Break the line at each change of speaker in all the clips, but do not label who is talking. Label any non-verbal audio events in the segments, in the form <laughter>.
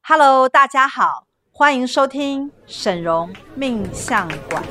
Hello，大家好，欢迎收听沈荣命相馆。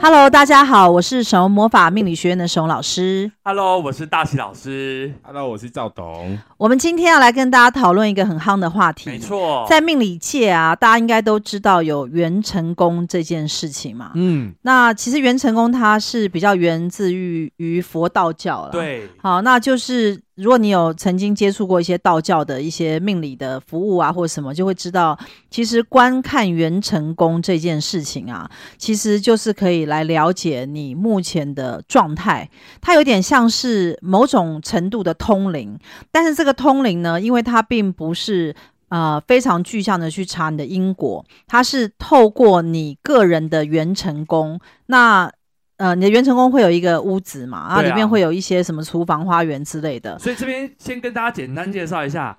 Hello，大家好，我是沈荣魔法命理学院的沈荣老师。
Hello，我是大喜老师。
Hello，我是赵董。
我们今天要来跟大家讨论一个很夯的话题，
没错，
在命理界啊，大家应该都知道有元成功这件事情嘛。
嗯，
那其实元成功它是比较源自于于佛道教了。，
对
好，那就是如果你有曾经接触过一些道教的一些命理的服务啊，或者什么，就会知道，其实观看元成功这件事情啊，其实就是可以来了解你目前的状态。它有点像是某种程度的通灵，但是这个通灵呢，因为它并不是。呃，非常具象的去查你的因果，它是透过你个人的元成功，那呃，你的元成功会有一个屋子嘛，啊，
对啊
里面会有一些什么厨房、花园之类的，
所以这边先跟大家简单介绍一下，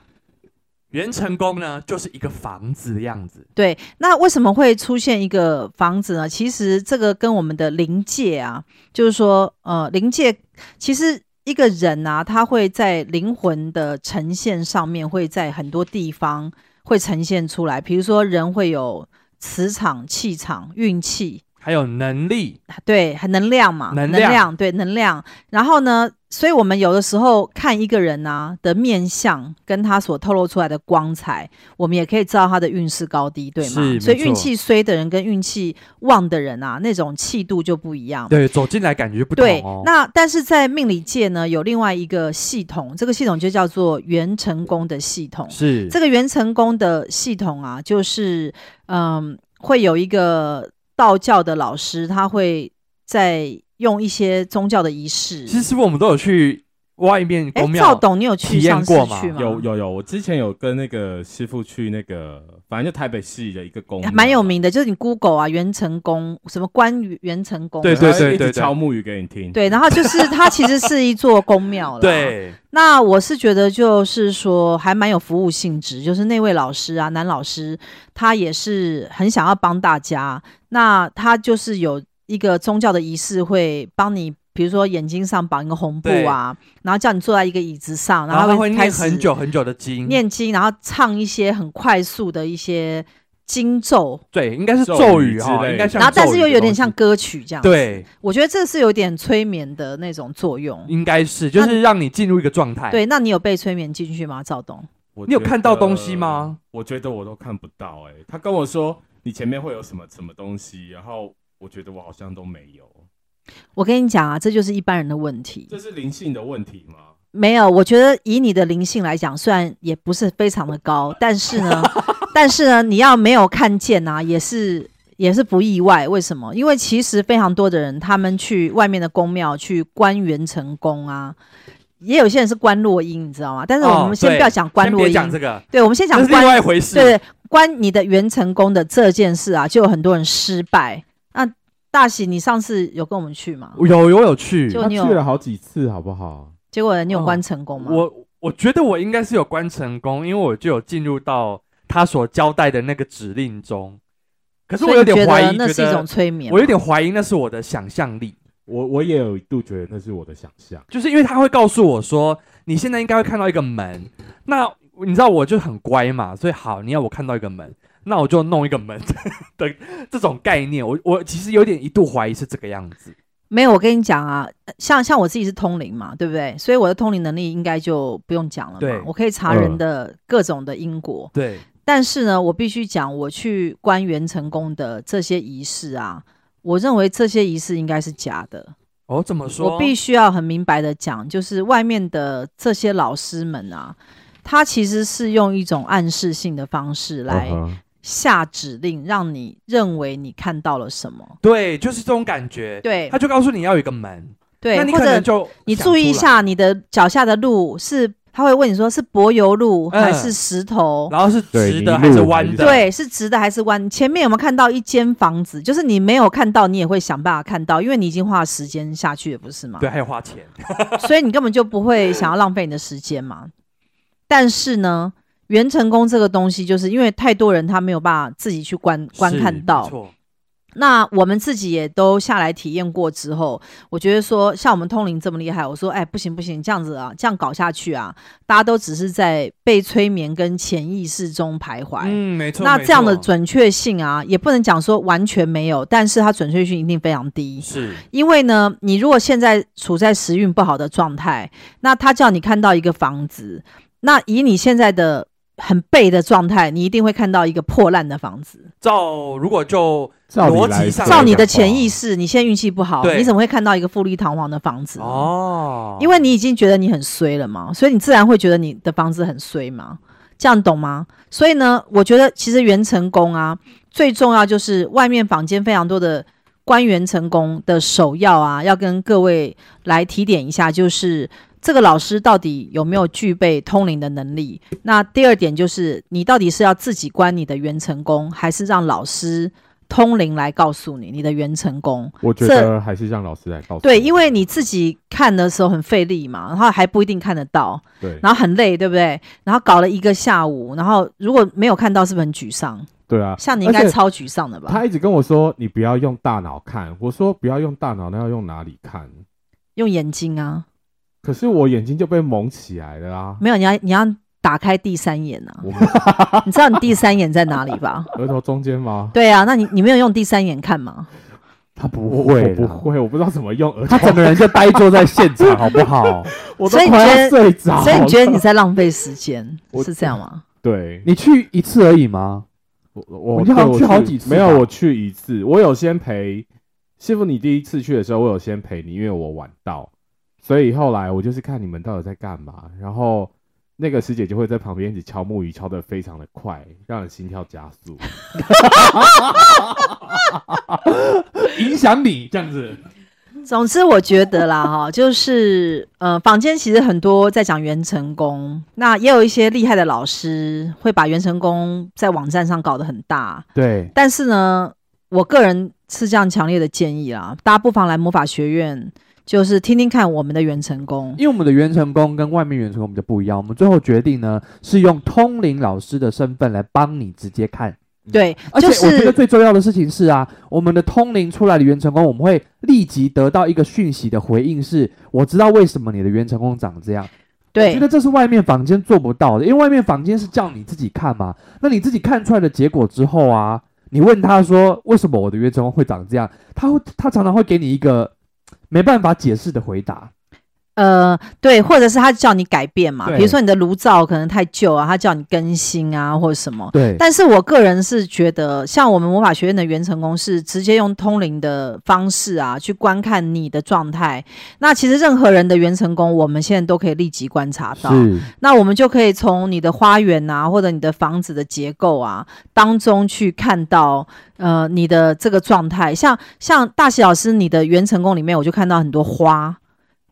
元成功呢就是一个房子的样子，
对，那为什么会出现一个房子呢？其实这个跟我们的灵界啊，就是说，呃，灵界其实一个人啊，他会在灵魂的呈现上面，会在很多地方会呈现出来。比如说，人会有磁场、气场、运气，
还有能力，
对，很能量嘛，
能
量
量
对能量。然后呢，所以我们有的时候看一个人啊的面相，跟他所透露出来的光彩，我们也可以知道他的运势高低，对吗？
是
所以
没错
运气衰的人跟运气旺的人啊，那种气度就不一样。
对，走进来感觉就不同
对
哦，。
那但是在命理界呢，有另外一个系统，这个系统就叫做元成功的系统。
是
这个元成功的系统啊，就是嗯，会有一个道教的老师，他会在用一些宗教的仪式
其。实师傅我们都有去外面
哎
公，
赵
庙，
董，你有去
体验
上次
过吗
去吗？
有有有，我之前有跟那个师傅去那个，反正就台北市的一个公，啊
蛮有。名的，就是你 Google 啊，元成功什么关于元成功啊，
对对
他会一直
对对对
敲木鱼给你听。
对，然后就是它其实是一座宫庙了。。
<laughs> 对，
那我是觉得，就是说还蛮有服务性质，就是那位老师啊，男老师，他也是很想要帮大家。那他就是有一个宗教的仪式，会帮你，比如说眼睛上绑一个红布啊，然后叫你坐在一个椅子上，
然后
他
他会
开
念
始
很久很久的经，
念经，然后唱一些很快速的一些经咒，
对，应该是咒
咒语
语哈
之，类
应该像
然后但是
咒语
又
的
有点
东
像
西
歌曲这样。，
对，
我觉得这是有点催眠的那种作用。
应该是就是让你进入一个状态。
对，那你有被催眠进去吗，赵东？
我
你有
觉得
看到东西吗？
我觉得我都看不到。哎，他跟我说你前面会有什么什么东西，然后我觉得我好像都没有。
我跟你讲啊，这就是一般人的问题。
这是灵性的问题吗？
没有，我觉得以你的灵性来讲，虽然也不是非常的高，但是呢， <laughs> 但是呢，你要没有看见啊，也是也是不意外。为什么？因为其实非常多的人，他们去外面的宫庙去观元成功啊，也有些人是观落阴，你知道吗？但是我
哦
们先
对
不要讲观
先
落
别
阴，
讲这个，
对，我们先
这
讲
是另
观
外一回事。
对对，关你的元成功的这件事啊，就有很多人失败。那大喜，你上次有跟我们去吗？
有我有去，
就你有
好几次，好不好？
结果你有
哦
观成功吗？
我我觉得我应该是有关成功，因为我就有进入到他所交代的那个指令中。可是
所
我
以
有
你
点
觉
怀
得
疑，
那是一
觉得
种催眠吗。
我有点怀疑那是我的想象力，
我我也有一度觉得那是我的想象。
就是因为他会告诉我说，你现在应该会看到一个门。那你知道我就很乖嘛，所以好，你要我看到一个门，那我就弄一个门 <laughs> 的这种概念。我我其实有点一度怀疑是这个样子。
没有，我跟你讲啊，呃像像我自己是通灵嘛，对不对？所以我的通灵能力应该就不用讲了嘛
对。
我可以查人
嗯
的各种的因果，
对，
但是呢，我必须讲，我去官员成功的这些仪式啊，我认为这些仪式应该是假的。
哦，怎么说？
我必须要很明白的讲，就是外面的这些老师们啊，他其实是用一种暗示性的方式来
嗯
下指令，让你认为你看到了什么。
对，就是这种感觉。
对
他就告诉你要有一个门，
对
那，你
或
可
者
能就
你
想
注意一
出来，
下你的脚下的路是，他会问你说是柏油路
嗯
还是石头？
然后是
对
直
你
的
一
还是
路
弯
还是
的？
哦对，是直的还是弯？前面有没有看到一间房子？就是你没有看到，你也会想办法看到，因为你已经花了时间下去了，不是吗？
对，还有花钱，
所以你根本就不会想要浪费你的时间嘛。但是呢，元成功这个东西，就是因为太多人他没有办法自己去观观看到
是没，错
那我们自己也都下来体验过之后，我觉得说像我们通灵这么厉害，我说哎不行不行，这样子啊，这样搞下去啊，大家都只是在被催眠跟潜意识中徘徊。
嗯，没错。
那
没
这样的
错
准确性啊，也不能讲说完全没有，但是它准确性一定非常低。
是
因为呢，你如果现在处在时运不好的状态，那他叫你看到一个房子，那以你现在的很背的状态，你一定会看到一个破烂的房子。
照如果就
照理
逻辑
来
上
说
照你的
讲
潜
话
意识，你现在运气不好，
对
你怎么会看到一个富丽堂皇的房子呢？
哦，
因为你已经觉得你很衰了嘛，所以你自然会觉得你的房子很衰嘛，这样懂吗？所以呢，我觉得其实元成功啊，最重要就是外面坊间非常多的官员成功的首要啊，要跟各位来提点一下，就是这个老师到底有没有具备通灵的能力？那第二点就是，你到底是要自己关你的元成功，还是让老师通灵来告诉你你的元成功？
我觉
这
得还是让老师来告诉。
对，因为你自己看的时候很费力嘛，然后还不一定看得到，
对
然后很累，对不对？然后搞了一个下午，然后如果没有看到，是不是很沮丧？
对啊，
像你应
而
该
且
超沮丧的吧？
他一直跟我说你不要用大脑看，我说不要用大脑，那要用哪里看？
用眼睛啊，
可是我眼睛就被蒙起来了啊，
没有，你要你要打开第三眼啊！
嗯
我们
你知道你第三眼在哪里吧？
额头中间
<laughs>
吗？
对啊，那你你没有用第三眼看吗？
他不
我
会
我
啦，
不会，我不知道怎么用额头
他，整个人就呆坐在现场，好不好？
我都
所以你
快
觉得
要睡着了。
所以你觉得你在浪费时间，
我
是这样吗？
对，
你去一次而已吗？
我我
你好像
对我
去好几次啊
没有，
吧
我去一次，我有先陪师傅。你第一次去的时候，我有先陪你，因为我晚到，所以后来我就是看你们到底在干嘛，然后。那个师姐就会在旁边一直敲木鱼，敲得非常的快，让人心跳加速。
影响你这样子，
总之，我觉得啦， <laughs> 哈，就是呃，坊间其实很多在讲元成功，那也有一些厉害的老师会把元成功在网站上搞得很大，
<laughs> 对，
但是呢，我个人是这样强烈的建议啦，大家不妨来魔法学院，就是听听看我们的元成功。
因为我们的元成功跟外面元成功比较不一样，我们最后决定呢是用通灵老师的身份来帮你直接看。
对，
而且
就
我觉得
是
最重要的事情是啊，我们的通灵出来的元成功，我们会立即得到一个讯息的回应是，我知道为什么你的元成功长这样。我觉
对
得这是外面坊间做不到的，因为外面坊间是叫你自己看嘛，那你自己看出来的结果之后啊，你问他说为什么我的元成功会长这样，他会他常常会给你一个没办法解释的回答。
呃，对，或者是他叫你改变嘛，
对
比如说你的炉灶可能太旧啊，他叫你更新啊，或者什么。
对，
但是我个人是觉得，像我们魔法学院的元成功是直接用通灵的方式啊，去观看你的状态。那其实任何人的元成功，我们现在都可以立即观察到。
是
那我们就可以从你的花园啊，或者你的房子的结构啊当中去看到，呃，你的这个状态。像像大喜老师，你的元成功里面，我就看到很多花。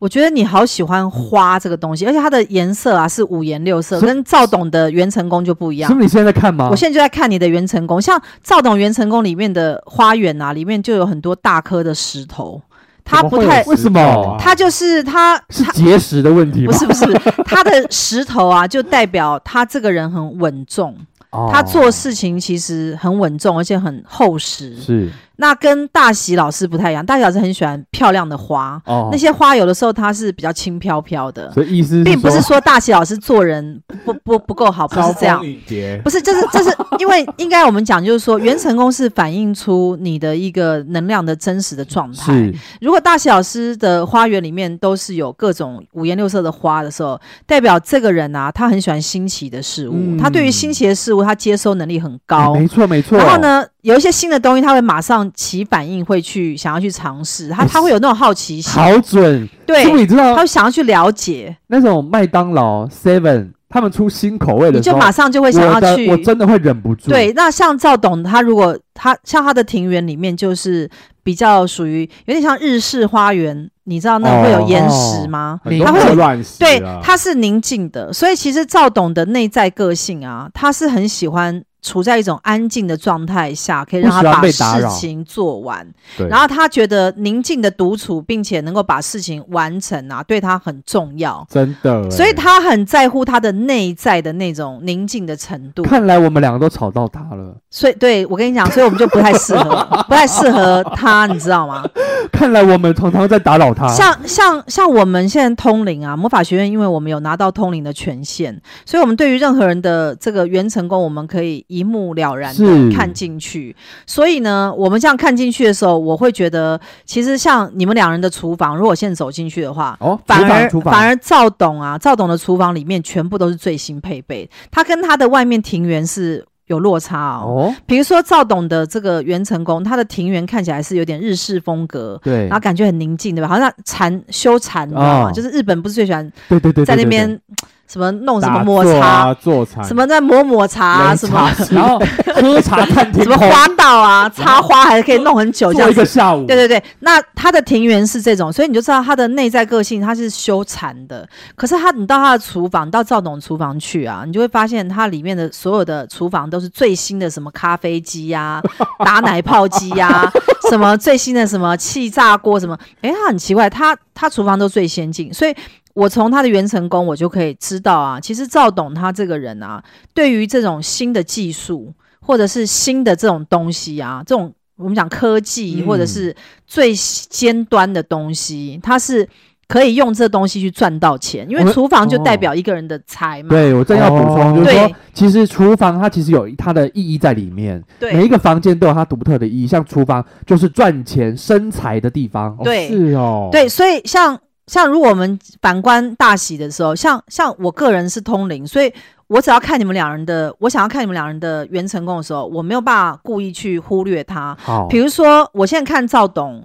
我觉得你好喜欢花这个东西，而且它的颜色啊是五颜六色，
是
跟赵董的元成功就不一样
是不。是你现在在看
啊
吗？
我现在就在看你的元成功，像赵董元成功里面的花园啊，里面就有很多大颗的石头，它
怎么
不
会有
太，
石
为什么
头啊
它就是它
是结石的问题吗
不？是不是， <laughs> 他的石头啊，就代表他这个人很稳重，
哦
他做事情其实很稳重，而且很厚实。
是
那跟大喜老师不太一样，大喜老师很喜欢漂亮的花，
哦
那些花有的时候它是比较轻飘飘的，
所以意思
并不是
说
说大喜老师做人不不不不够好，不
招
是这样
蜂。引蝶
不是，这是这是因为应该我们讲就是说，元成功是反映出你的一个能量的真实的状态。
是
如果大喜老师的花园里面都是有各种五颜六色的花的时候，代表这个人啊，他很喜欢新奇的事物，
嗯
他对于新奇的事物他接收能力很
哎
高。
没错没错。
然后？呢，有一些新的东西，他会马上起反应，会去想要去尝试，他他会有那种好奇心，
好准，
对
是不，是你知
他
道
会想要去了解，
那种麦当劳 Seven 他们出新口味
你
的时
就
候，
马上就会想
我
要
的
去
我真的会忍不住。
对，那像赵董，他如果他像他的庭园里面，就是比较属于有点像日式花园，你知道那种
哦
会有岩石吗？
很
你
多
他会
鹅卵石
对
啊，
它是宁静的，所以其实赵董的内在个性啊，他是很喜欢处在一种安静的状态下，可以让他把
不喜欢被打
事
扰
情做完。
对，
然后他觉得宁静的独处，并且能够把事情完成啊，对他很重要。
真的欸，
所以他很在乎他的内在的那种宁静的程度，
看来我们两个都吵到他了，
所以对我跟你讲，所以我们就不太适合，
<laughs>
不太适合他，你知道吗？
看来我们常常在打扰他。
像像像我们现在通灵啊，魔法学院，因为我们有拿到通灵的权限，所以我们对于任何人的这个元成功，我们可以一目了然的
是
看进去。所以呢，我们这样看进去的时候，我会觉得，其实像你们两人的厨房，如果现在走进去的话。
哦，
反而
厨房，
反而赵董啊，赵董的厨房里面全部都是最新配备，他跟他的外面庭园是有落差哦。
哦，
比如说赵董的这个元成功，他的庭园看起来是有点日式风格，
对
然后感觉很宁静，对吧？好像禅修禅，你知道吗？
哦
就是日本不是最喜欢
对对对，对
在那
对对
边什么弄什么
打
摩
坐
擦，
啊，坐禅
什么在磨抹茶啊，
擂
什么 <laughs>
茶然后喝茶看天
什么
空，
花道啊，插花还可以弄很久这
做
样
一
子
个。下午，
对对对，那他的庭园是这种，所以你就知道他的内在个性，他是修禅的。可是他，你到他的厨房，你到赵董厨房去啊，你就会发现他里面的所有的厨房都是最新的什么咖啡机呀、打奶泡机呀、什么最新的什么气炸锅什么。诶，他很奇怪，他他厨房都最先进，所以。我从他的元成功，我就可以知道啊，其实赵董他这个人啊，对于这种新的技术或者是新的这种东西啊，这种我们讲科技
嗯
或者是最尖端的东西，他是可以用这东西去赚到钱，因
我
为
们
厨房就代
哦
表一个人的财嘛。
对我正要补充，
哦
就是
对
说，其实厨房它其实有它的意义在里面，
对
每一个房间都有它独特的意义，像厨房就是赚钱生财的地方。哦
对
是哦，
对，所以像像如果我们反观大喜的时候，像像我个人是通灵，所以我只要看你们两人的，我想要看你们两人的元成功的时候，我没有办法故意去忽略它。
好
比，如说，我现在看赵董。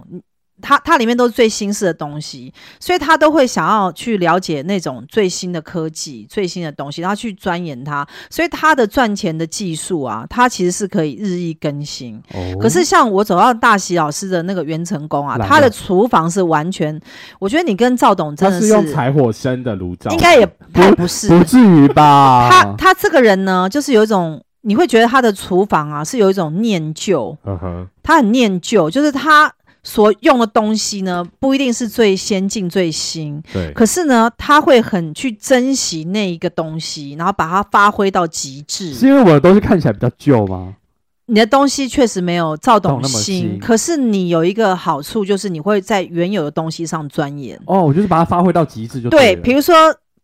他他里面都是最新式的东西，所以他都会想要去了解那种最新的科技、最新的东西，然后去钻研它。所以他的赚钱的技术啊，他其实是可以日益更新。
哦
可是像我走到大喜老师的那个元成功啊，
懒
他
了
的厨房是完全，我觉得你跟赵董真
他
的
是用柴火生的炉灶，
应该也他也不是
不啊至于吧？
他他这个人呢，就是有一种你会觉得他的厨房啊是有一种念旧，
嗯哼，
他很念旧，就是他所用的东西呢不一定是最先进最新，
对，
可是呢他会很去珍惜那一个东西，然后把它发挥到极致。
是因为我的东西看起来比较旧吗？
你的东西确实没有赵
懂
董
那么
新，
新
可是你有一个好处，就是你会在原有的东西上钻研。
哦，我就是把它发挥到极致就
对，
了
比如说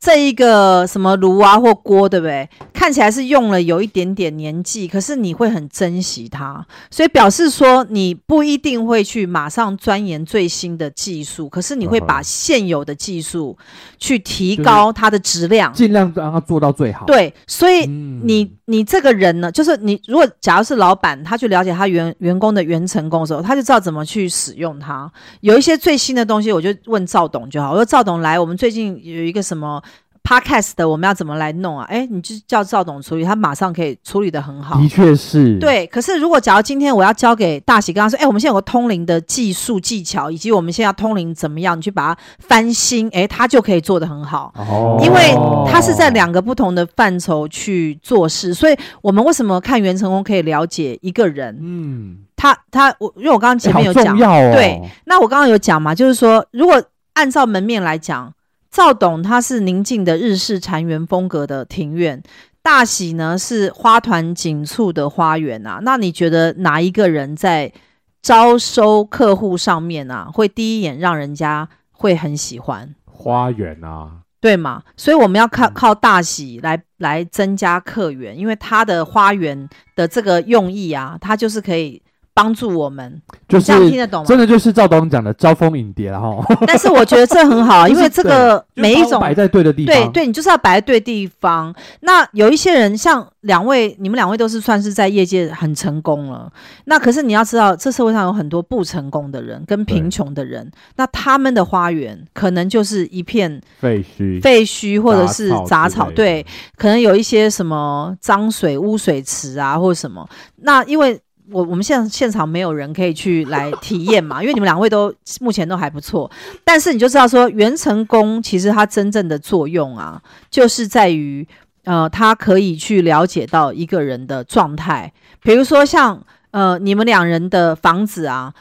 这一个什么炉啊或锅，对不对？看起来是用了有一点点年纪，可是你会很珍惜它，所以表示说你不一定会去马上钻研最新的技术，可是你会
嗯
把
哼
现有的技术去提
啊就是
高它的质量。
尽量让它做到最好。，
对，所以
嗯
你你这个人呢，就是你如果假如是老板，他去了解他员员工的原成功的时候，他就知道怎么去使用它。有一些最新的东西，我就问赵董就好。我说赵董来，我们最近有一个什么 podcast 的，我们要怎么来弄啊？哎，你就叫赵董处理，他马上可以处理的很好
的。确是，，
对，可是如果假如今天我要交给大喜，跟他说，哎，我们现在有个通灵的技术技巧，以及我们现在要通灵怎么样，你去把它翻新，哎，他就可以做得很好。
哦，
因为他
它
是在两个不同的范畴去做事，所以我们为什么看袁成功可以了解一个人？
嗯，
他他我，因为我刚刚前面有
好
讲
重，要哦，
对，那我刚刚有讲嘛，就是说，如果按照门面来讲，赵董他是宁静的日式禅园风格的庭院，大喜呢是花团锦簇的花园啊。那你觉得哪一个人在招收客户上面啊，会第一眼让人家会很喜欢？
花园啊，
对嘛？所以我们要
嗯
靠靠大喜来来增加客源，因为它的花园的这个用意啊，它就是可以帮助我们，
就
这样听
是
得懂吗
真？的就是赵董讲的招蜂引蝶了哈，
但是我觉得这很好，啊
<laughs> 就
因
是
为这个 <laughs> 每一
<laughs> 就是把
种
我摆在对的地
对啊
方，，
对，你就是要摆在对地方。那有一些人，像两位，你们两位都是算是在业界很成功了。那可是你要知道，这社会上有很多不成功的人跟贫
对
穷的人，那他们的花园可能就是一片
废墟，
废墟或者是杂
杂
草，
之类的
对，可能有一些什么脏水、污水池啊，或者什么。那因为我我们现现场没有人可以去来体验嘛，因 <laughs> 为你们两位都目前都还不错，但是你就知道说，元成功其实它真正的作用啊，就是在于。呃，他可以去了解到一个人的状态，比如说像呃你们两人的房子啊，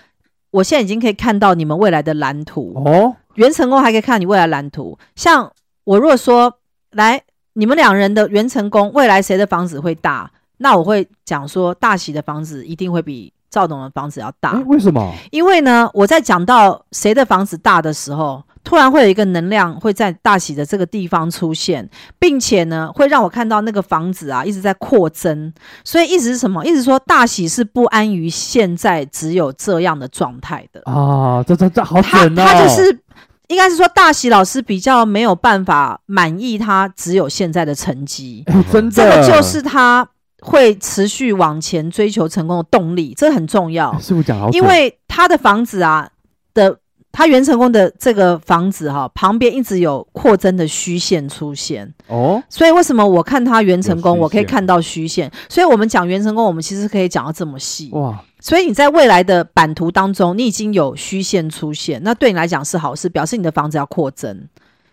我现在已经可以看到你们未来的蓝图，
哦，
原成功还可以看你未来蓝图。像我如果说来，你们两人的原成功未来谁的房子会大，那我会讲说大喜的房子一定会比赵董的房子要大，
哎，为什么？
因为呢，我在讲到谁的房子大的时候。突然会有一个能量会在大喜的这个地方出现，并且呢，会让我看到那个房子啊一直在扩增，所以意思是什么？意思说大喜是不安于现在只有这样的状态的。
啊，这这这好
他
准哦！
他就是应该是说大喜老师比较没有办法满意他只有现在的成绩，
哎真的，
这个就是他会持续往前追求成功的动力，这很重要
哎。师傅讲好准，
因为他的房子啊的，他原成功的这个房子哈、旁边一直有扩增的虚线出现，
哦，
所以为什么我看他原成功，
有虚
我可以
线
看到虚线，所以我们讲原成功，我们其实可以讲到这么细。
哇，
所以你在未来的版图当中，你已经有虚线出现，那对你来讲是好事，表示你的房子要扩增，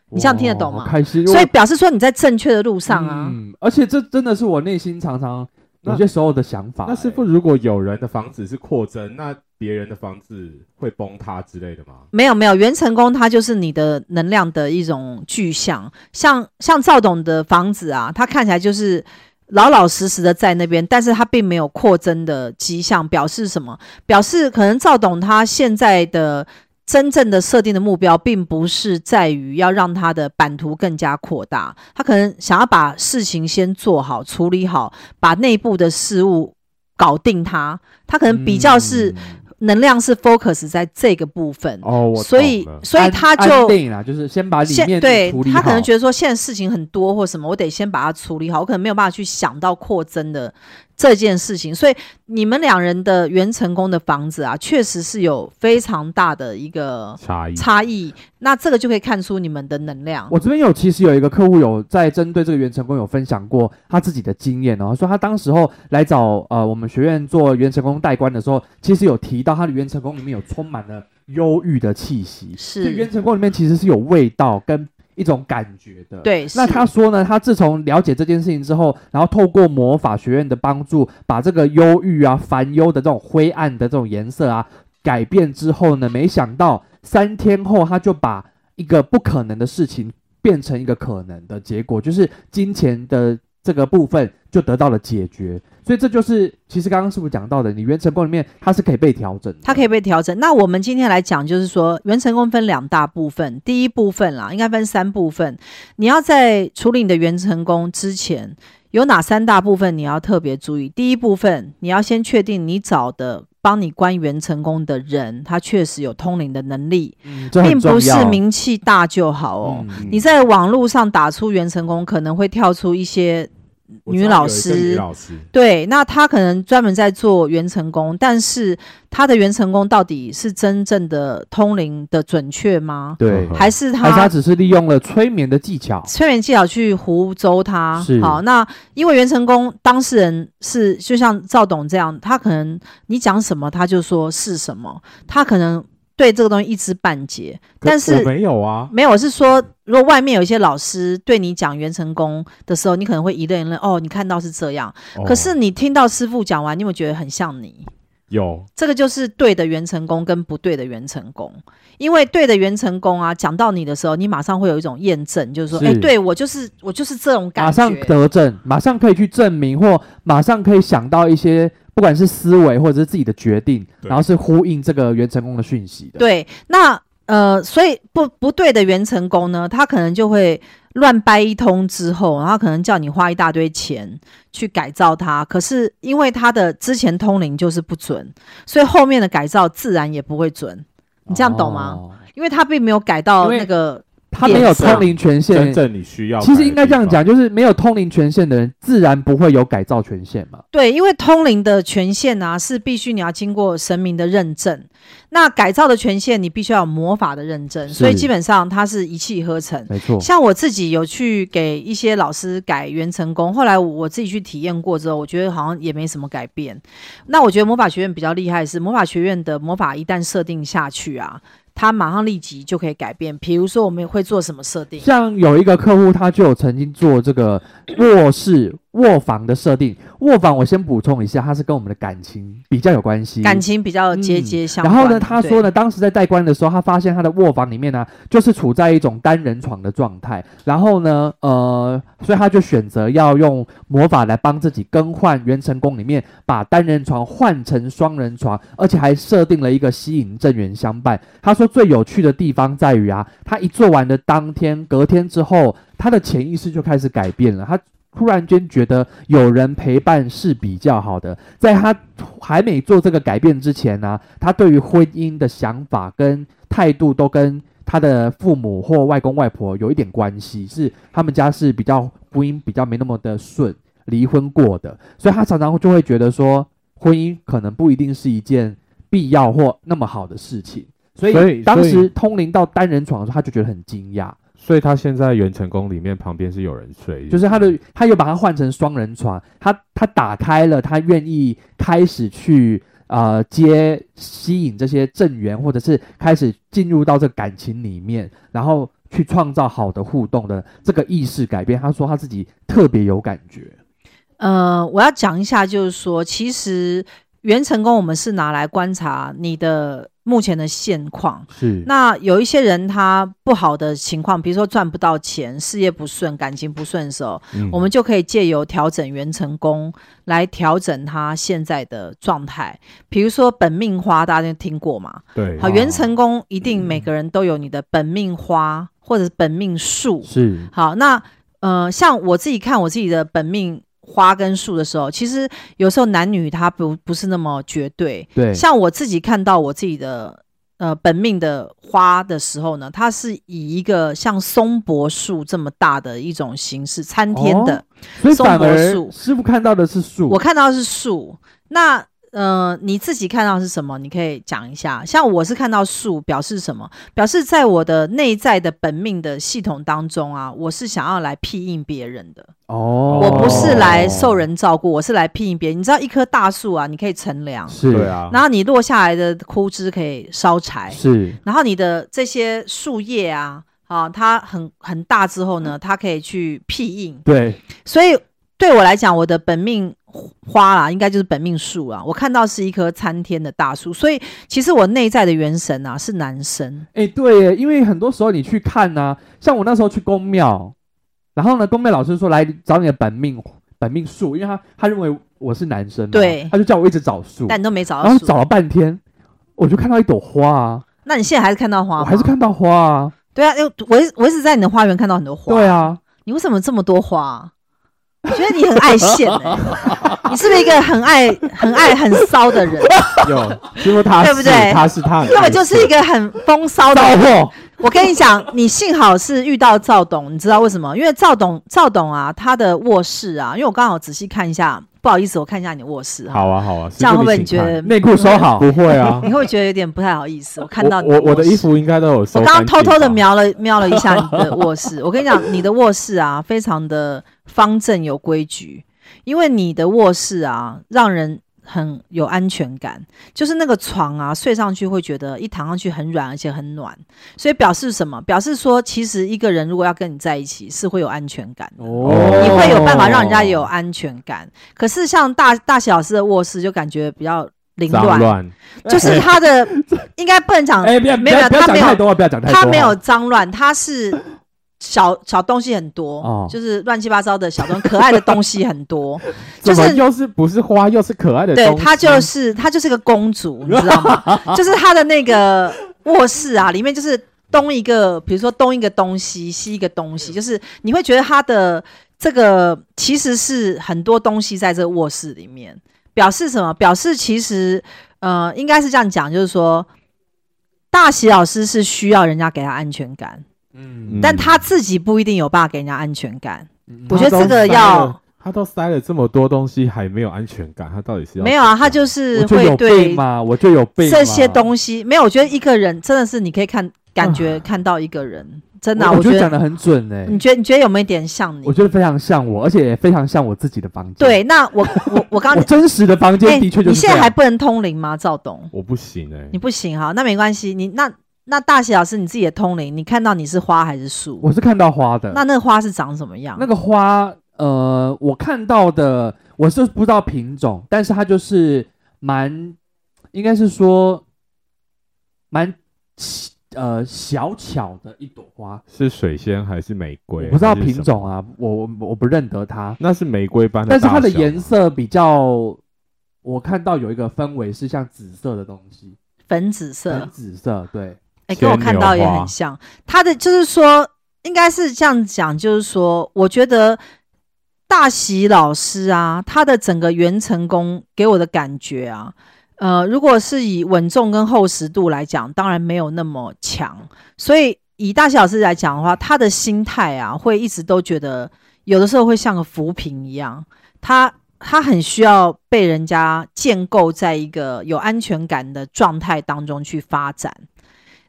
你这样听得懂
哇
吗
好开心，因为
所以表示说你在正确的路上啊。
嗯，而且这真的是我内心常常
那
有些时候的想法。欸
那师傅，如果有人的房子是扩增，那别人的房子会崩塌之类的吗？
没有没有，原成功它就是你的能量的一种具象，像像赵董的房子啊，它看起来就是老老实实的在那边，但是它并没有扩增的迹象，表示什么？表示可能赵董他现在的真正的设定的目标，并不是在于要让他的版图更加扩大，他可能想要把事情先做好、处理好，把内部的事物搞定它，他可能比较是。能量是 focus 在这个部分，
哦，我
所以
懂了
所以
安
他
安
就
定啦，就是先把里
现
面
对
处理
他可能
好
觉得说现在事情很多或什么，我得先把它处理好，我可能没有办法去想到扩增的这件事情，所以你们两人的原成功的房子啊，确实是有非常大的一个
差异
差异，那这个就可以看出你们的能量。
我这边有其实有一个客户有在针对这个原成功有分享过他自己的经验哦，他说他当时候来找呃我们学院做原成功代官的时候，其实有提到他的原成功里面有充满了忧郁的气息，
是
所以原成功里面其实是有味道跟一种感觉的。。
对，
那
是
他说呢，他自从了解这件事情之后，然后透过魔法学院的帮助，把这个忧郁啊、烦忧的这种灰暗的这种颜色啊改变之后呢，没想到三天后他就把一个不可能的事情变成一个可能的结果，就是金钱的这个部分就得到了解决。所以这就是其实刚刚师傅讲到的，你原成功里面它是可以被调整的，
它可以被调整。那我们今天来讲，就是说原成功分两大部分，第一部分啦，应该分三部分。你要在处理你的原成功之前，有哪三大部分你要特别注意？第一部分，你要先确定你找的帮你关原成功的人，他确实有通灵的能力，
嗯，这
并
很重
不是
要
名气大就好哦。
嗯
你在网络上打出原成功，可能会跳出一些
我知
女
道
老
有一个
师
女老师，
对，那他可能专门在做元成功，但是他的元成功到底是真正的通灵的准确吗？
对，
还是
嗯还是他
他
只是利用了催眠的技巧，
催眠技巧去湖州他
是？
好，那因为元成功当事人是就像赵董这样，他可能你讲什么他就说是什么，他可能对这个东西一知半解，
可
但是
我没有啊，
没有，我是说，如果外面有一些老师对你讲元成功的时候，你可能会一愣一愣，哦，你看到是这样，可是
哦
你听到师傅讲完，你有没有觉得很像你？
有
这个就是对的原成功跟不对的原成功，因为对的原成功啊，讲到你的时候，你马上会有一种验证，就是说，
是
哎，对我就是我就是这种
马
感
上
觉。
得证，马上可以去证明，或马上可以想到一些，不管是思维或者是自己的决定，
对
然后是呼应这个原成功的讯息的。，
对，那呃，所以不不对的原成功呢，他可能就会乱掰一通之后，然后可能叫你花一大堆钱去改造它，可是因为他的之前通灵就是不准，所以后面的改造自然也不会准，你这样懂吗？
哦？
因为他并没有改到
因为
那个
他没有
点上
通灵权限
真，正你需要改的地
其
方，
实应该这样讲，就是没有通灵权限的人，自然不会有改造权限嘛。
对，因为通灵的权限啊，是必须你要经过神明的认证。那改造的权限，你必须要有魔法的认证，
是
所以基本上它是一气呵成。
没错，
像我自己有去给一些老师改元成功，后来我自己去体验过之后，我觉得好像也没什么改变。那我觉得魔法学院比较厉害的是，魔法学院的魔法一旦设定下去啊，他马上立即就可以改变。比如说，我们会做什么设定？
像有一个客户，他就有曾经做这个卧室卧房的设定。卧房我先补充一下，它是跟我们的感情比较有关系。
感情比较节节相
嗯然
关。
后呢，他
对
说呢，当时在带官的时候，他发现他的卧房里面呢，就是处在一种单人床的状态。然后呢，呃，所以他就选择要用魔法来帮自己更换元成功里面把单人床换成双人床，而且还设定了一个吸引正缘相伴。他说最有趣的地方在于啊，他一做完的当天，隔天之后，他的潜意识就开始改变了。他突然间觉得有人陪伴是比较好的。在他还没做这个改变之前呢、他对于婚姻的想法跟态度都跟他的父母或外公外婆有一点关系，是他们家是比较婚姻比较没那么的顺，离婚过的，所以他常常就会觉得说，婚姻可能不一定是一件必要或那么好的事情。所
所
以
以
当
所以
时通灵到单人床的时候，他就觉得很惊讶，
所以他现在元成功里面旁边是有人睡，
就是他的，他又把它换成双人床，他他打开了，他愿意开始去呃接吸引这些正缘，或者是开始进入到这感情里面，然后去创造好的互动的这个意识改变。他说他自己特别有感觉，
呃，我要讲一下，就是说，其实元成功我们是拿来观察你的目前的现况。
是
那有一些人他不好的情况，比如说赚不到钱、事业不顺、感情不顺的时候，
嗯
我们就可以借由调整元成功来调整他现在的状态。比如说本命花，大家都听过嘛？
对啊
好，
哦
元成功一定每个人都有你的本命花或者是本命树。
是
好，那呃，像我自己看我自己的本命花跟树的时候，其实有时候男女它不不是那么绝对。
对
像我自己看到我自己的呃本命的花的时候呢，它是以一个像松柏树这么大的一种形式参天的，
所以反
松柏
而
树
师傅看到的是哦树，
我看到的是树。那呃，你自己看到的是什么？你可以讲一下。像我是看到树，表示什么？表示在我的内在的本命的系统当中啊，我是想要来庇应别人的。
哦，
我不是来受人照顾，我是来庇应别人。你知道一棵大树啊，你可以乘凉，
是
对啊，
然后你落下来的枯枝可以烧柴，
是
然后你的这些树叶啊，啊，它很很大之后呢，它可以去庇应。
对
所以对我来讲，我的本命花啦，应该就是本命树啊。我看到是一棵参天的大树，所以其实我内在的元神啊是男生，
哎、对耶，因为很多时候你去看呢、像我那时候去公庙，然后呢，公庙老师说来找你的本命本命树，因为他他认为我是男生嘛，
对
他就叫我一直找树，
但你都没找
然
到
后
树。
哦找了半天，我就看到一朵花啊，
那你现在还是看到花
我
吗？
还是看到花啊，
对啊，因为我一我一直在你的花园看到很多花。
对啊，
你为什么这么多花啊？我觉得你很爱现、
<laughs>
欸，你是不是一个很爱、很爱、很骚的
<laughs>
人？
有师傅他
对不对
是他是他很爱睡，
根本就是一个很风骚的
骚
人。
货，
我跟你讲，你幸好是遇到赵董，你知道为什么？因为赵董，赵董啊，他的卧室啊，因为我刚好仔细看一下，不好意思，我看一下你的卧室哈，
好啊好啊，
这样会
师傅
不会你
请
觉
看
得？
内裤收好，
不会啊
你会不会觉得有点不太好意思？我看到你
我我我
卧
的
室
衣服应该都有收
我
干净吧，
刚刚偷偷的瞄了瞄了一下你
<laughs>
的卧室，我跟你讲，你的卧室啊，非常的方正有规矩，因为你的卧室啊，让人很有安全感，就是那个床啊，睡上去会觉得一躺上去很软，而且很暖，所以表示什么？表示说，其实一个人如果要跟你在一起，是会有安全感的。
哦
你会有办法让人家
哦
有安全感，可是像大大喜老师的卧室就感觉比较凌
脏
乱，
乱，
就是他
<laughs>
的应该不能讲
哎、不要不
没有
要不要
他
讲
没有
太多啊，不要讲太多啊，
它没有脏乱，它是小小东西很多，
哦
就是乱七八糟的小东西，可爱的东西很
<laughs>
多，就
怎么
是。
又是不是花又是可爱的
对，
东西，
她就是她就是个公主，你知道吗？就是她的那个卧室啊，里面就是东一个，比如说东一个东西，西一个东西，就是你会觉得她的这个其实是很多东西在这个卧室里面，表示什么？表示其实呃，应该是这样讲，就是说大喜老师是需要人家给他安全感，
嗯
嗯
但他自己不一定有办法给人家安全感。
嗯
我觉得这个要
他都塞了这么多东西，还没有安全感，他到底是要
没有啊，
怎样
他就是
嗯我就
会
有
对
病嘛，我就有病嘛，
这些东西没有。我觉得一个人真的是你可以看感觉看到一个人，真的啊，
啊我
我觉
觉得讲
得
的很准哎、
你觉得你觉得有没有一点像你
我？觉得非常像我，而且也非常像我自己的房间，
对，。那我
<laughs>
我我刚
我真实的房
哎
间的确就
你
是这
现在
样
还不能通灵吗？赵董，
我不行哎
你，不行哈，那没关系，你那那大喜老师你自己的通灵，你看到你是花还是树？
我是看到花的。
那那个花是长什么样？
那个花，呃，我看到的我是不知道品种，但是它就是蛮，应该是说蛮呃小巧的一朵花，
是水仙还是玫
我
瑰？
不知道
还是什
品
么
种，啊，我我我不认得它，
那是玫瑰般的
但是
大小
它
吗，
的颜色比较，我看到有一个氛围是像紫色的东西，
粉紫色
很，紫色，对，
哎、跟我
牵
看
牛
到也
花
很像。它的就是说，应该是这样讲，就是说，我觉得大喜老师啊，他的整个元成功给我的感觉啊，呃，如果是以稳重跟厚实度来讲，当然没有那么强。所以以大喜老师来讲的话，他的心态啊，会一直都觉得有的时候会像个浮萍一样，他。他很需要被人家建构在一个有安全感的状态当中去发展。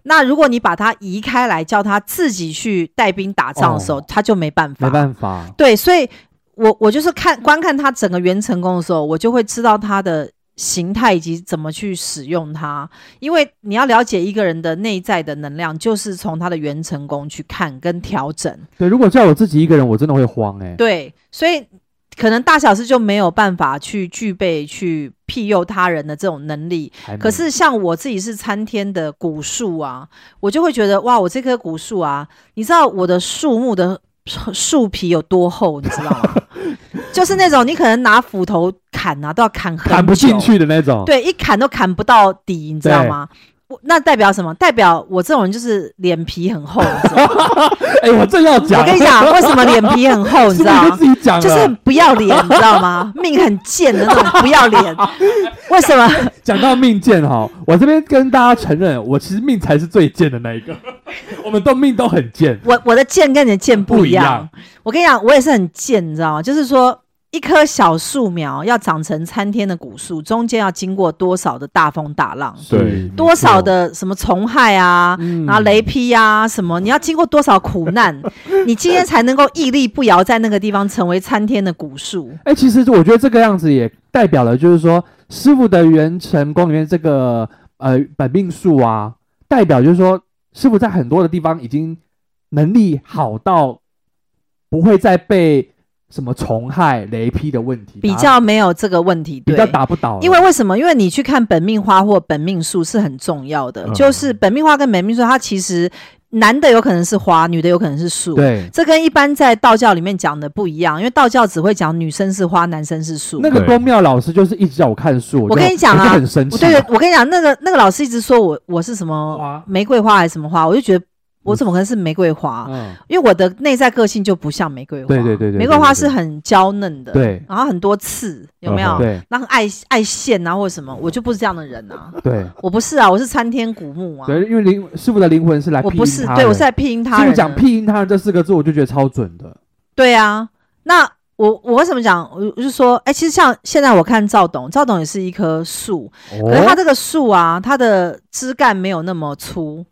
那如果你把他移开来，叫他自己去带兵打仗的时候，
哦
他就没办法。
没办法，
对，所以我我就是看观看他整个元成功的时候，我就会知道他的形态以及怎么去使用它。因为你要了解一个人的内在的能量，就是从他的元成功去看跟调整。
对，如果叫我自己一个人，我真的会慌哎、
对，所以可能大小事就没有办法去具备去庇佑他人的这种能力。
还没
可是像我自己是参天的古树啊，我就会觉得哇，我这棵古树啊，你知道我的树木的 <laughs> 树皮有多厚，你知道
<laughs>
吗？就是那种你可能拿斧头砍啊，都要砍很久，
砍不进，去的那种，
对，一砍都砍不到底，你知道
对
吗？我那代表什么？代表我这种人就是脸皮很厚，你知
<laughs>
道吗？
哎、我正要讲，
我跟你
<laughs>
讲，为什么脸皮很厚，你知
是不
道
<laughs> 是啊
吗
自？己讲了？
就是很不要脸，你知道吗？命很贱的那种不要
<laughs>
脸，为什么？
讲到命贱哈，我这边跟大家承认，我其实命才是最贱的那一个， <laughs> 我们都命都很贱，
我我的剑跟你的剑不一样。
不一样
我跟你讲，我也是很贱，你知道吗？就是说，一棵小树苗要长成参天的古树，中间要经过多少的大风大浪，
嗯
对
多少的什么虫害啊，然后雷劈啊，什么，你要经过多少苦难， <laughs> 你今天才能够屹立不摇在那个地方，成为参天的古树。
哎、其实我觉得这个样子也代表了，就是说师傅的元成功里面这个呃本命术啊，代表就是说师傅在很多的地方已经能力好到不会再被什么虫害、雷劈的问题
比
打
较没有这个问题，
比
对。
较打不倒了，
因为为什么？因为你去看本命花或本命树是很重要的，
嗯
就是本命花跟本命树，它其实男的有可能是花，女的有可能是树。
对
这跟一般在道教里面讲的不一样，因为道教只会讲女生是花，男生是树。
那个
对
公庙老师就是一直叫我看书，
我
就
跟你讲啊
我就很生
我
气，嗯
对啊对，我跟你讲，那个那个老师一直说我我是什么
花，
玫瑰花还是什么花，我就觉得我怎么可能是玫瑰花？
嗯，
因为我的内在个性就不像玫瑰花。
对对对对对
玫瑰花是很娇嫩的，，
对
然后很多刺，有没有？
嗯
对
然后很爱爱线啊，或者什么，我就不是这样的人啊。
对。
我不是啊，我是参天古木啊，
对，因为灵师傅的灵魂是来
我
庇荫
不是，
他
对
人
我是在拼音他
师
人
傅
的。
讲庇荫他人这四个字，我就觉得超准的。
对啊，那我我为什么讲？我我就说，哎、其实像现在我看赵董，赵董也是一棵树，
哦
可是他这个树啊，它的枝干没有那么粗。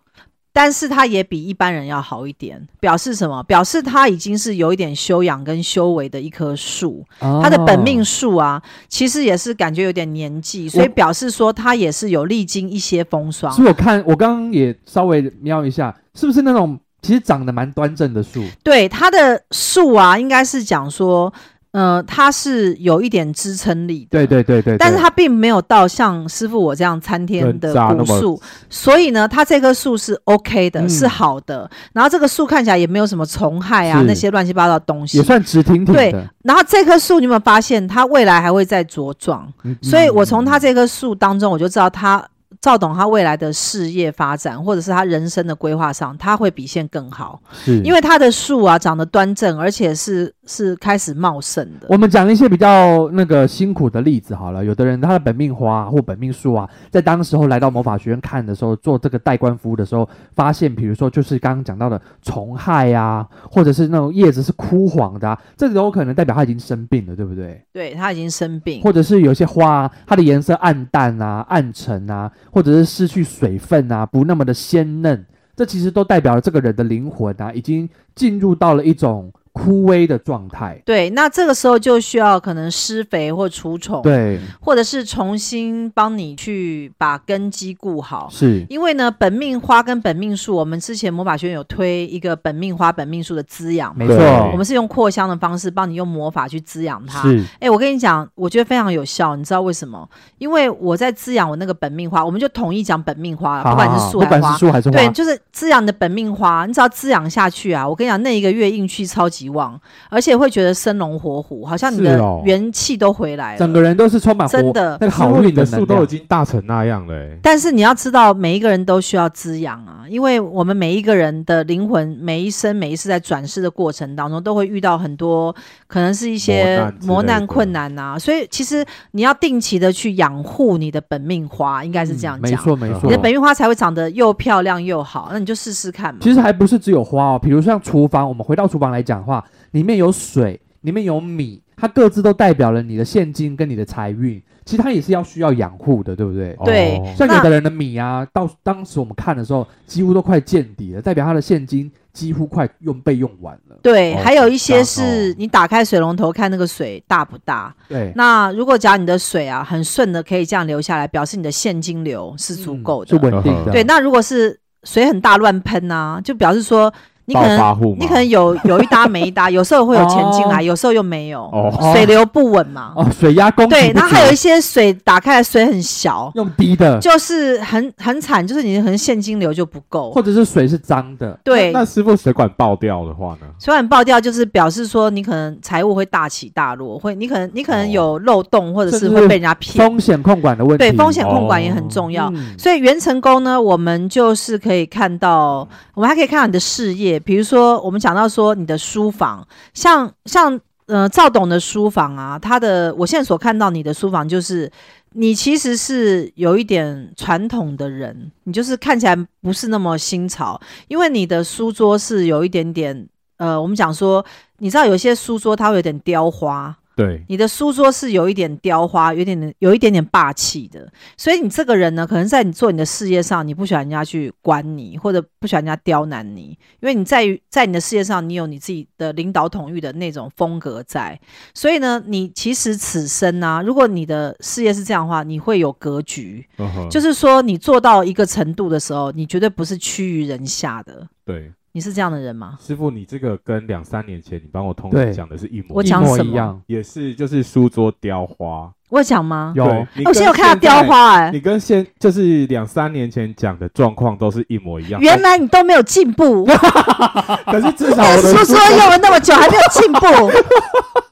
但是它也比一般人要好一点，表示什么？表示它已经是有一点修养跟修为的一棵树。
哦
他的本命数啊，其实也是感觉有点年纪，所以表示说他也是有历经一些风霜
所。以我看我刚刚也稍微瞄一下，是不是那种其实长得蛮端正的树？
对他的数啊，应该是讲说，呃，他是有一点支撑力的。
对对对对，
但是它并没有到像师傅我这样参天的
人渣那
古
么
树，所以呢，它这棵树是 OK 的，
嗯
是好的。然后这个树看起来也没有什么虫害啊，
是
那些乱七八糟的东
也
西。
算直挺挺的。嗯
然后这棵树，你有没有发现它未来还会再茁壮？
嗯
所以我从他这棵树当中，我就知道他赵董他未来的事业发展，或者是他人生的规划上，他会比现更好，
是
因为他的树啊长得端正，而且是是开始茂盛的。
我们讲一些比较那个辛苦的例子好了，有的人他的本命花啊或本命树啊，在当时候来到魔法学院看的时候，做这个代官服务的时候，发现比如说就是刚刚讲到的虫害啊，或者是那种叶子是枯黄的、啊，这都有可能代表他已经生病了，对不对？
对他已经生病，
或者是有一些花啊，它的颜色暗淡啊、暗沉啊，或者是失去水分啊，不那么的鲜嫩，这其实都代表了这个人的灵魂啊，已经进入到了一种枯萎的状态。
对，那这个时候就需要可能施肥或除虫，，
对，
或者是重新帮你去把根基固好。
是
因为呢，本命花跟本命树，我们之前魔法学院有推一个本命花、本命树的滋养嘛，
没
对
我
错，
们是用扩香的方式帮你用魔法去滋养它。
是
哎、我跟你讲，我觉得非常有效，你知道为什么？因为我在滋养我那个本命花，我们就统一讲本命花，
好
啊不管是
好
树
不
还
管
花
是。树还是花，
对，就是滋养你的本命花，你只要滋养下去啊，我跟你讲，那一个月运气超级旺，而且会觉得生龙活虎，好像你
是
的
哦
元气都回来了。
整个人都是充满活
真的
那个
好
好
运
运
的
能
树都已
量。
经大成那样了、欸，
但是你要知道，每一个人都需要滋养啊，因为我们每一个人的灵魂，每一生每一世在转世的过程当中，都会遇到很多可能是一
磨
些
难之类的
磨难困难啊，所以其实你要定期的去养护你的本命花，应该是这样讲。
嗯没错没错
你的。本命花才会长得又漂亮又好，那你就试试看嘛。
其实还不是只有花哦，比如像厨房，我们回到厨房来讲的话，里面有水，里面有米，它各自都代表了你的现金跟你的财运，其实它也是要需要养护的，对不对？
对
哦
像
那
有的人的米啊，到当时我们看的时候，几乎都快见底了，代表他的现金几乎快用被用完了。
对，
哦
还有一些
大
是
哦
你打开水龙头看那个水大不大。
对，
那如果假如你的水啊很顺的可以这样流下来，表示你的现金流是足
嗯
够的，
是稳定的。
对，那如果是水很大乱喷呐，就表示说你可
暴
能
发户嘛，
你可能有有一搭没一
<laughs>
搭，有时候会有钱进来，有时候又没有，
哦，
水流不稳嘛。
哦，水压供
对
给，不
那还有
足
一些水打开来水很小，
用低的，
就是很很惨，就是你可能现金流就不够
或。者是水是脏的。
对，
<laughs> 那那师傅水管爆掉的话呢？
水管爆掉就是表示说你可能财务会大起大落，会你可能你可能
哦
有漏洞，或者
甚
是
至
会被人家骗。
风险控管的问题，
对，风险控管也很重要。
嗯
所以元成功呢，我们就是可以看到，我们还可以看到你的事业，比如说我们讲到说你的书房，像像呃赵董的书房啊，他的我现在所看到你的书房就是。你其实是有一点传统的人，你就是看起来不是那么新潮，因为你的书桌是有一点点，呃，我们讲说，你知道有些书桌它会有点雕花，
对，
你的书桌是有一点雕花，有一点点有一点点霸气的，所以你这个人呢，可能在你做你的事业上，你不喜欢人家去管你，或者不喜欢人家刁难你，因为你在于在你的事业上，你有你自己的领导统御的那种风格在，所以呢，你其实此生啊，如果你的事业是这样的话，你会有格局，
嗯哼
就是说你做到一个程度的时候，你绝对不是趋于人下的，
对。
你是这样的人吗？
师傅，你这个跟两三年前你帮我通
对
讲的是一模
我
一
讲
样，
一模
什么
一样，
也是就是书桌雕花。
我有讲吗？
有
对
哎
你
我现在有
跟
看到雕
在
花哎、
你跟现就是两三年前讲的状况都是一模一样，
原来你都没有进步。
可是
<laughs>
至少
但
我的
书桌用了那么久还没有进
<laughs>
步，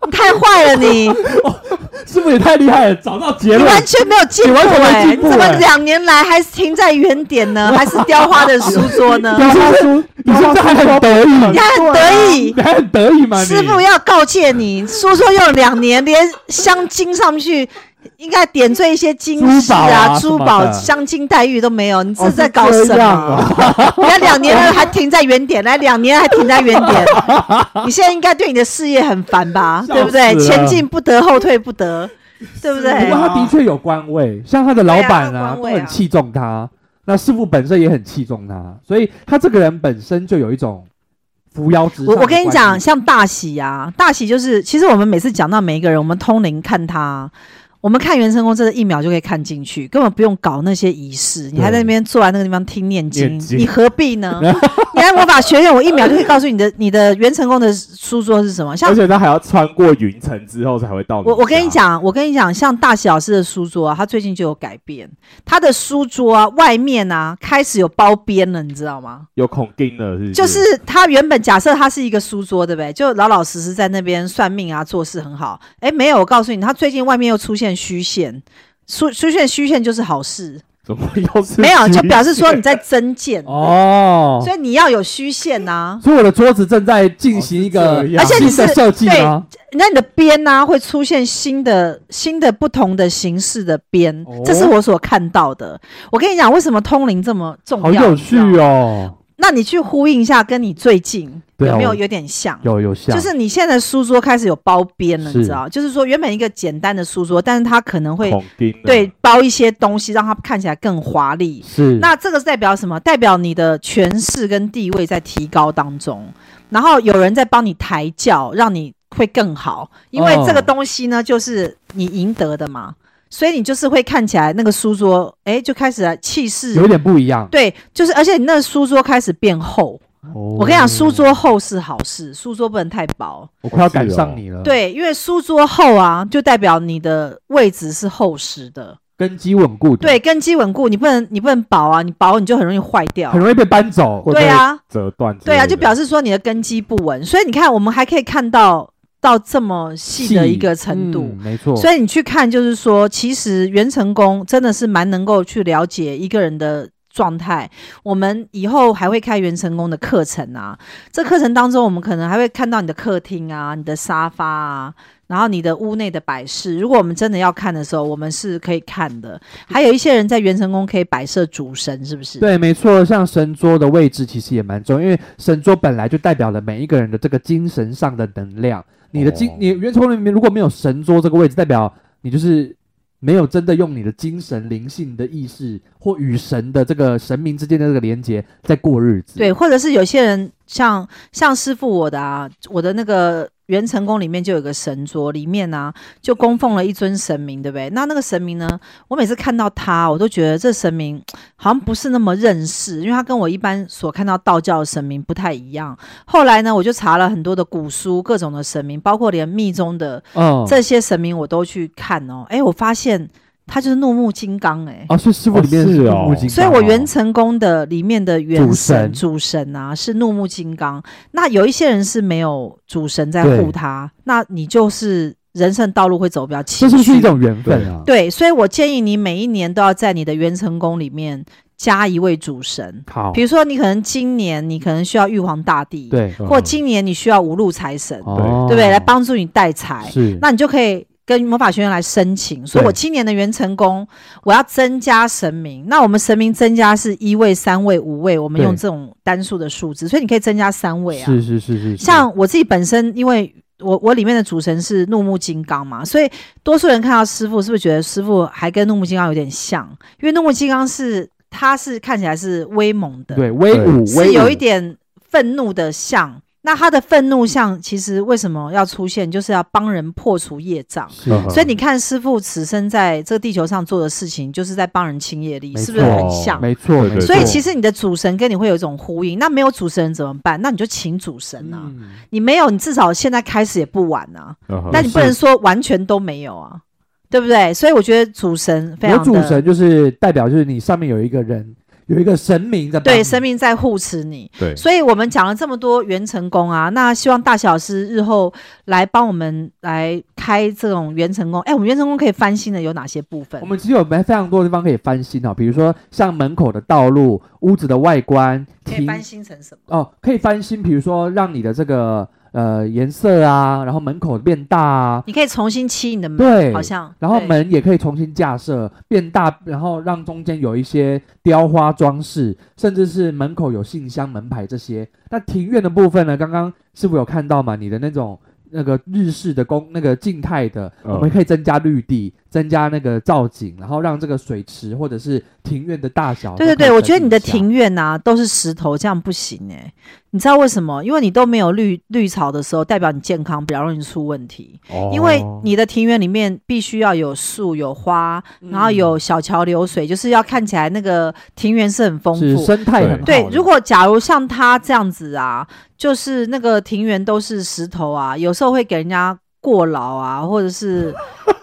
你太坏了你！
是不是也太厉害了？找到结
你
论，
完全没有进步
你完全没
哎、
进步
你怎么
哎
两年来还是停在原点呢？还是雕花的书桌呢？
<laughs> 你是不是你是不是还很得意？
你还很得意
你，还很得意吗？啊你
师傅要告诫你，书桌用了两年，连香精上去。应该点缀一些金饰啊、珠
珠宝
宝、
啊什么的
香精黛玉都没有，你这
哦
是在搞
是
什
这样
么？
啊
人家两年了还停在原点，来两年还停在原
<laughs>
点，你现在应该对你的事业很烦吧？
笑死
对不对？
了啊
前进不得，后退不得，对不
不
对
过？他的确有官位，像他的老
对啊他有
板
官
都
位啊
很器重他。那师傅本身也很器重他，所以他这个人本身就有一种扶摇直上的
我
关系。
我跟你讲，像大喜啊，大喜就是，其实我们每次讲到每一个人，我们通灵看他，我们看袁成功，真的一秒就可以看进去，根本不用搞那些仪式，你还在那边坐在那个地方听念经，
念经
你何必呢？你来魔法学院，我一秒就可以告诉你的，你的袁成功的书桌是
<laughs>
什么？像
而且他还要穿过云层之后才会到你
我我跟
家
你，讲，我跟你讲，像大喜老师的书桌啊，他最近就有改变，他的书桌啊外面啊开始有包边了，你知道吗？
有孔定了，是不
就是他原本假设他是一个书桌，对不对？就老老实实在那边算命啊，做事很好。哎，没有，我告诉你，他最近外面又出现虚线。出出现虚线就是好事，
怎么又是
没有
虚
就表示
线 <laughs>
说你在增建，
哦，
所以你要有虚线啊呐、
所以我的桌子正在进行一
哦
个
是这样
而且你
新
是
的设计啊吗？
那你的边呢、会出现新的、新的不同的形式的边，
哦
这是我所看到的。我跟你讲，为什么通灵这么重
好
要？
有趣
哦！
哦，
那你去呼应一下，跟你最近
对啊
有没有
我
有点像？
有有啊像，
就是你现在的书桌开始有包边了，
是
你知道？就是说原本一个简单的书桌，但是它可能会
孔定了
对包一些东西，让它看起来更华丽。
是
那这个是代表什么？代表你的权势跟地位在提高当中，然后有人在帮你抬轿，让你会更好，因为这个
哦
东西呢，就是你赢得的嘛，所以你就是会看起来那个书桌，哎，就开始气势
有点不一样。
对，就是而且你那个书桌开始变厚。
我
我跟你讲，书桌厚是好事，书桌不能太薄。
我快要赶上你了，，
对，因为书桌厚啊，就代表你的位置是厚实的，
根基稳固的，
对，，根基稳固。你不能你不能薄啊，你薄你就很容易坏掉
很。容易被搬走。
或
对啊，
折断之类的，
对啊，就表示说你的根基不稳。所以你看，我们还可以看到到这么细的一个程度。
嗯没错。
所以你去看，就是说，其实袁成功真的是蛮能够去了解一个人的状态。我们以后还会开袁成功的课程啊，这课程当中，我们可能还会看到你的客厅啊、你的沙发啊，然后你的屋内的摆饰。如果我们真的要看的时候，我们是可以看的。还有一些人在袁成功可以摆设主神，是不是？
对，没错，像神桌的位置其实也蛮重要，因为神桌本来就代表了每一个人的这个精神上的能量。你的精，
哦
你袁崇里面如果没有神桌这个位置，代表你就是没有真的用你的精神、灵性的意识或与神的这个神明之间的这个连接在过日子。
对，，或者是有些人像像师傅我的啊，我的那个元成宫里面就有个神桌，里面呢、就供奉了一尊神明，对不对？那那个神明呢，我每次看到他，我都觉得这神明好像不是那么认识，因为他跟我一般所看到道教的神明不太一样。后来呢，我就查了很多的古书，各种的神明，包括连密宗的
嗯，
这些神明我都去看哦。哎，我发现他就是怒目金刚、哎、
哦，所以师傅
哦
里面
是
是
哦
木金
所以，
刚
我
哦
元成功的里面的元
主
神
神
主神啊，是怒目金刚。那有一些人是没有主神在
对
护他，那你就是人生道路会走比较崎
这是不是一
岖。
种缘分啊？
对，所以我建议你每一年都要在你的元成功里面加一位主神。
好
比，如说，你可能今年你可能需要玉皇大帝，，
哦对，
或今年你需要五路财神，
哦
对不对？来帮助你带财。
是
那你就可以跟魔法学院来申请，说
对
我今年的元成功，我要增加神明。那我们神明增加是一位、三位、五位，我们
对
用这种单数的数字，所以你可以增加三位啊。
是是是是，是
像我自己本身，因为我我里面的主神是怒目金刚嘛，所以多数人看到师傅是不是觉得师傅还跟怒目金刚有点像？因为怒目金刚是他是看起来是威猛的，
对威
对
武威
是
武
有一点愤怒的像。那他的愤怒像，其实为什么要出现，就是要帮人破除业障。
是
嗯
所以你看，师傅此生在这个地球上做的事情，就是在帮人清业力，
没
是不是很像？
没错，
对对
没错
所以其实你的主神跟你会有一种呼应。那没有主神怎么办？那你就请主神啊。
嗯
你没有，你至少现在开始也不晚啊。
嗯哼
但你不
是
能说完全都没有啊，对不对？所以我觉得主神非
有
常的
主神啊就是代表就是你上面有一个人，有一个神明在帮你
对神明在护持你。
对，
所以我们讲了这么多元成功啊，那希望大小师日后来帮我们来开这种元成功。哎，我们元成功可以翻新的有哪些部分
我？们其实有非常多地方可以翻新哦，比如说像门口的道路、屋子的外观、
可以
庭
翻新成什么？
哦，可以翻新，比如说让你的这个呃颜色啊，然后门口变大啊，
你可以重新漆你的门，
对，
嗯好像。
然后
对，
门也可以重新架设，变大，然后让中间有一些雕花装饰，甚至是门口有信箱、门牌这些。那庭院的部分呢？刚刚师傅有看到嘛？你的那种那个日式的宫，那个静态的，
嗯
我们可以增加绿地，增加那个造景，然后让这个水池或者是庭院的大小都
对
可
对
以整理一下。
对，我觉得你的
啊
庭院呐、都是石头，这样不行哎、你知道为什么？因为你都没有绿绿草的时候，代表你健康比较容易出问题。
哦
因为你的庭院里面必须要有树、有花，然后有小桥流水，就是要看起来那个庭院是很丰
是
富。
生态很好的。
对，如果假如像他这样子啊，就是那个庭园都是石头啊，有时候会给人家过劳啊，或者
<laughs>
是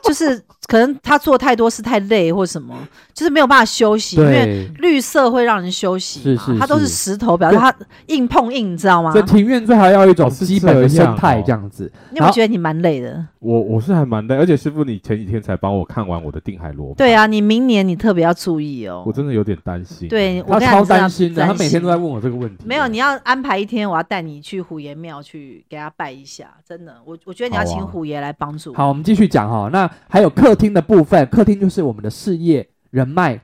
就是可能他做太多事太累或什么，就是没有办法休息，因为
对。
绿色会让人休息嘛，
是是
它都是
是
石头，表示它硬碰硬，你知道吗？
所以庭院最好要有一种
哦是
基本的
这样
生态
哦
这样子，
你有没有觉得你蛮累的？
我我是还蛮累，而且师傅你前几天才帮我看完我的定海罗，
对，啊，你明年你特别要注意哦
我。真的有点担心。
对，我
他
跟你
超
讲真
担心的，他每天都在
担
问我这个问题。
心没有，你要安排一天，我要带你去虎爷庙去给他拜一下，真的，我我觉得你要
好
请
啊
虎爷来帮助。
好，我们继续讲哈。那还有客厅的部分，客厅就是我们的事业人脉。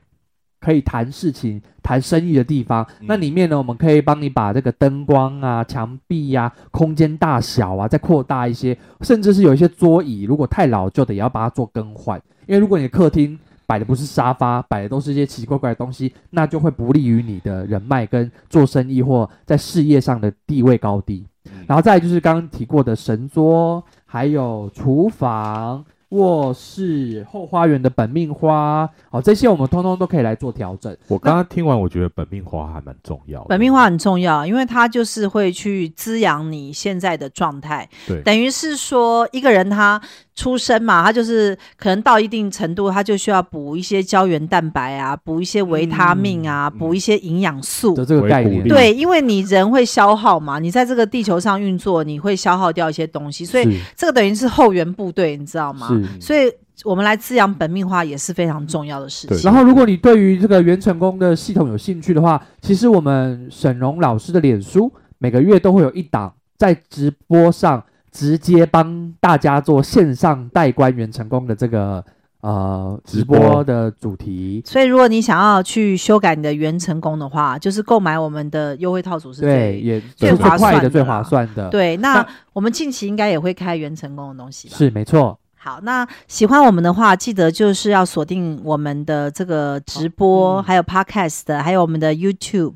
可以谈事情、谈生意的地方，
嗯
那里面呢，我们可以帮你把这个灯光啊、墙壁呀、空间大小啊，再扩大一些，甚至是有一些桌椅，如果太老旧的，也要把它做更换。因为如果你的客厅摆的不是沙发，摆的都是一些奇奇怪怪的东西，那就会不利于你的人脉跟做生意或在事业上的地位高低。然后再来就是刚刚提过的神桌，还有厨房、卧室、后花园的本命花，哦，这些我们通通都可以来做调整。
我刚刚听完，我觉得本命花还蛮重要的。
本命花很重要，因为它就是会去滋养你现在的状态。
对
等于是说一个人他出生嘛，他就是可能到一定程度，他就需要补一些胶原蛋白啊，补一些维他命啊，
嗯
补一些营养素。
的这个
回
概
顾
念，
力
对，因为你人会消耗嘛，你在这个地球上运作，你会消耗掉一些东西，所以
是
这个等于是后援部队，你知道吗？
是。
所以我们来滋养本命花也是非常重要的事
对
情。
然后，如果你对于这个元成功的系统有兴趣的话，其实我们沈荣老师的脸书每个月都会有一档在直播上直接帮大家做线上代官元成功的这个呃直
直播
播的主题。
所以，如果你想要去修改你的原成功的话，就是购买我们的优惠套组是
对，
最
也
最
是
划
最快
算
的、
的
最
啦
划算的，，
对。那
那
我们近期应该也会开原成功的东西吧？
是没错。
好，那喜欢我们的话，记得就是要锁定我们的这个直播，
嗯
还有 Podcast，还有我们的 YouTube。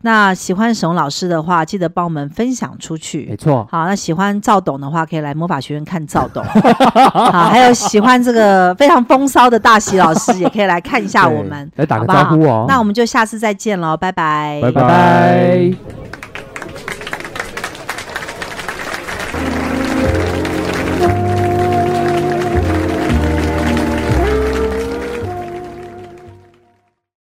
那喜欢沈老师的话，记得帮我们分享出
没
去。
错，
好，那喜欢赵董的话，可以来魔法学院看赵董。 <laughs> 好，还有喜欢这个非常风骚的大喜老师，也可以来看一下我
对
们。
来打
好
个
不好
招呼哦。
那我们就下次再见喽，拜拜。
拜
拜拜。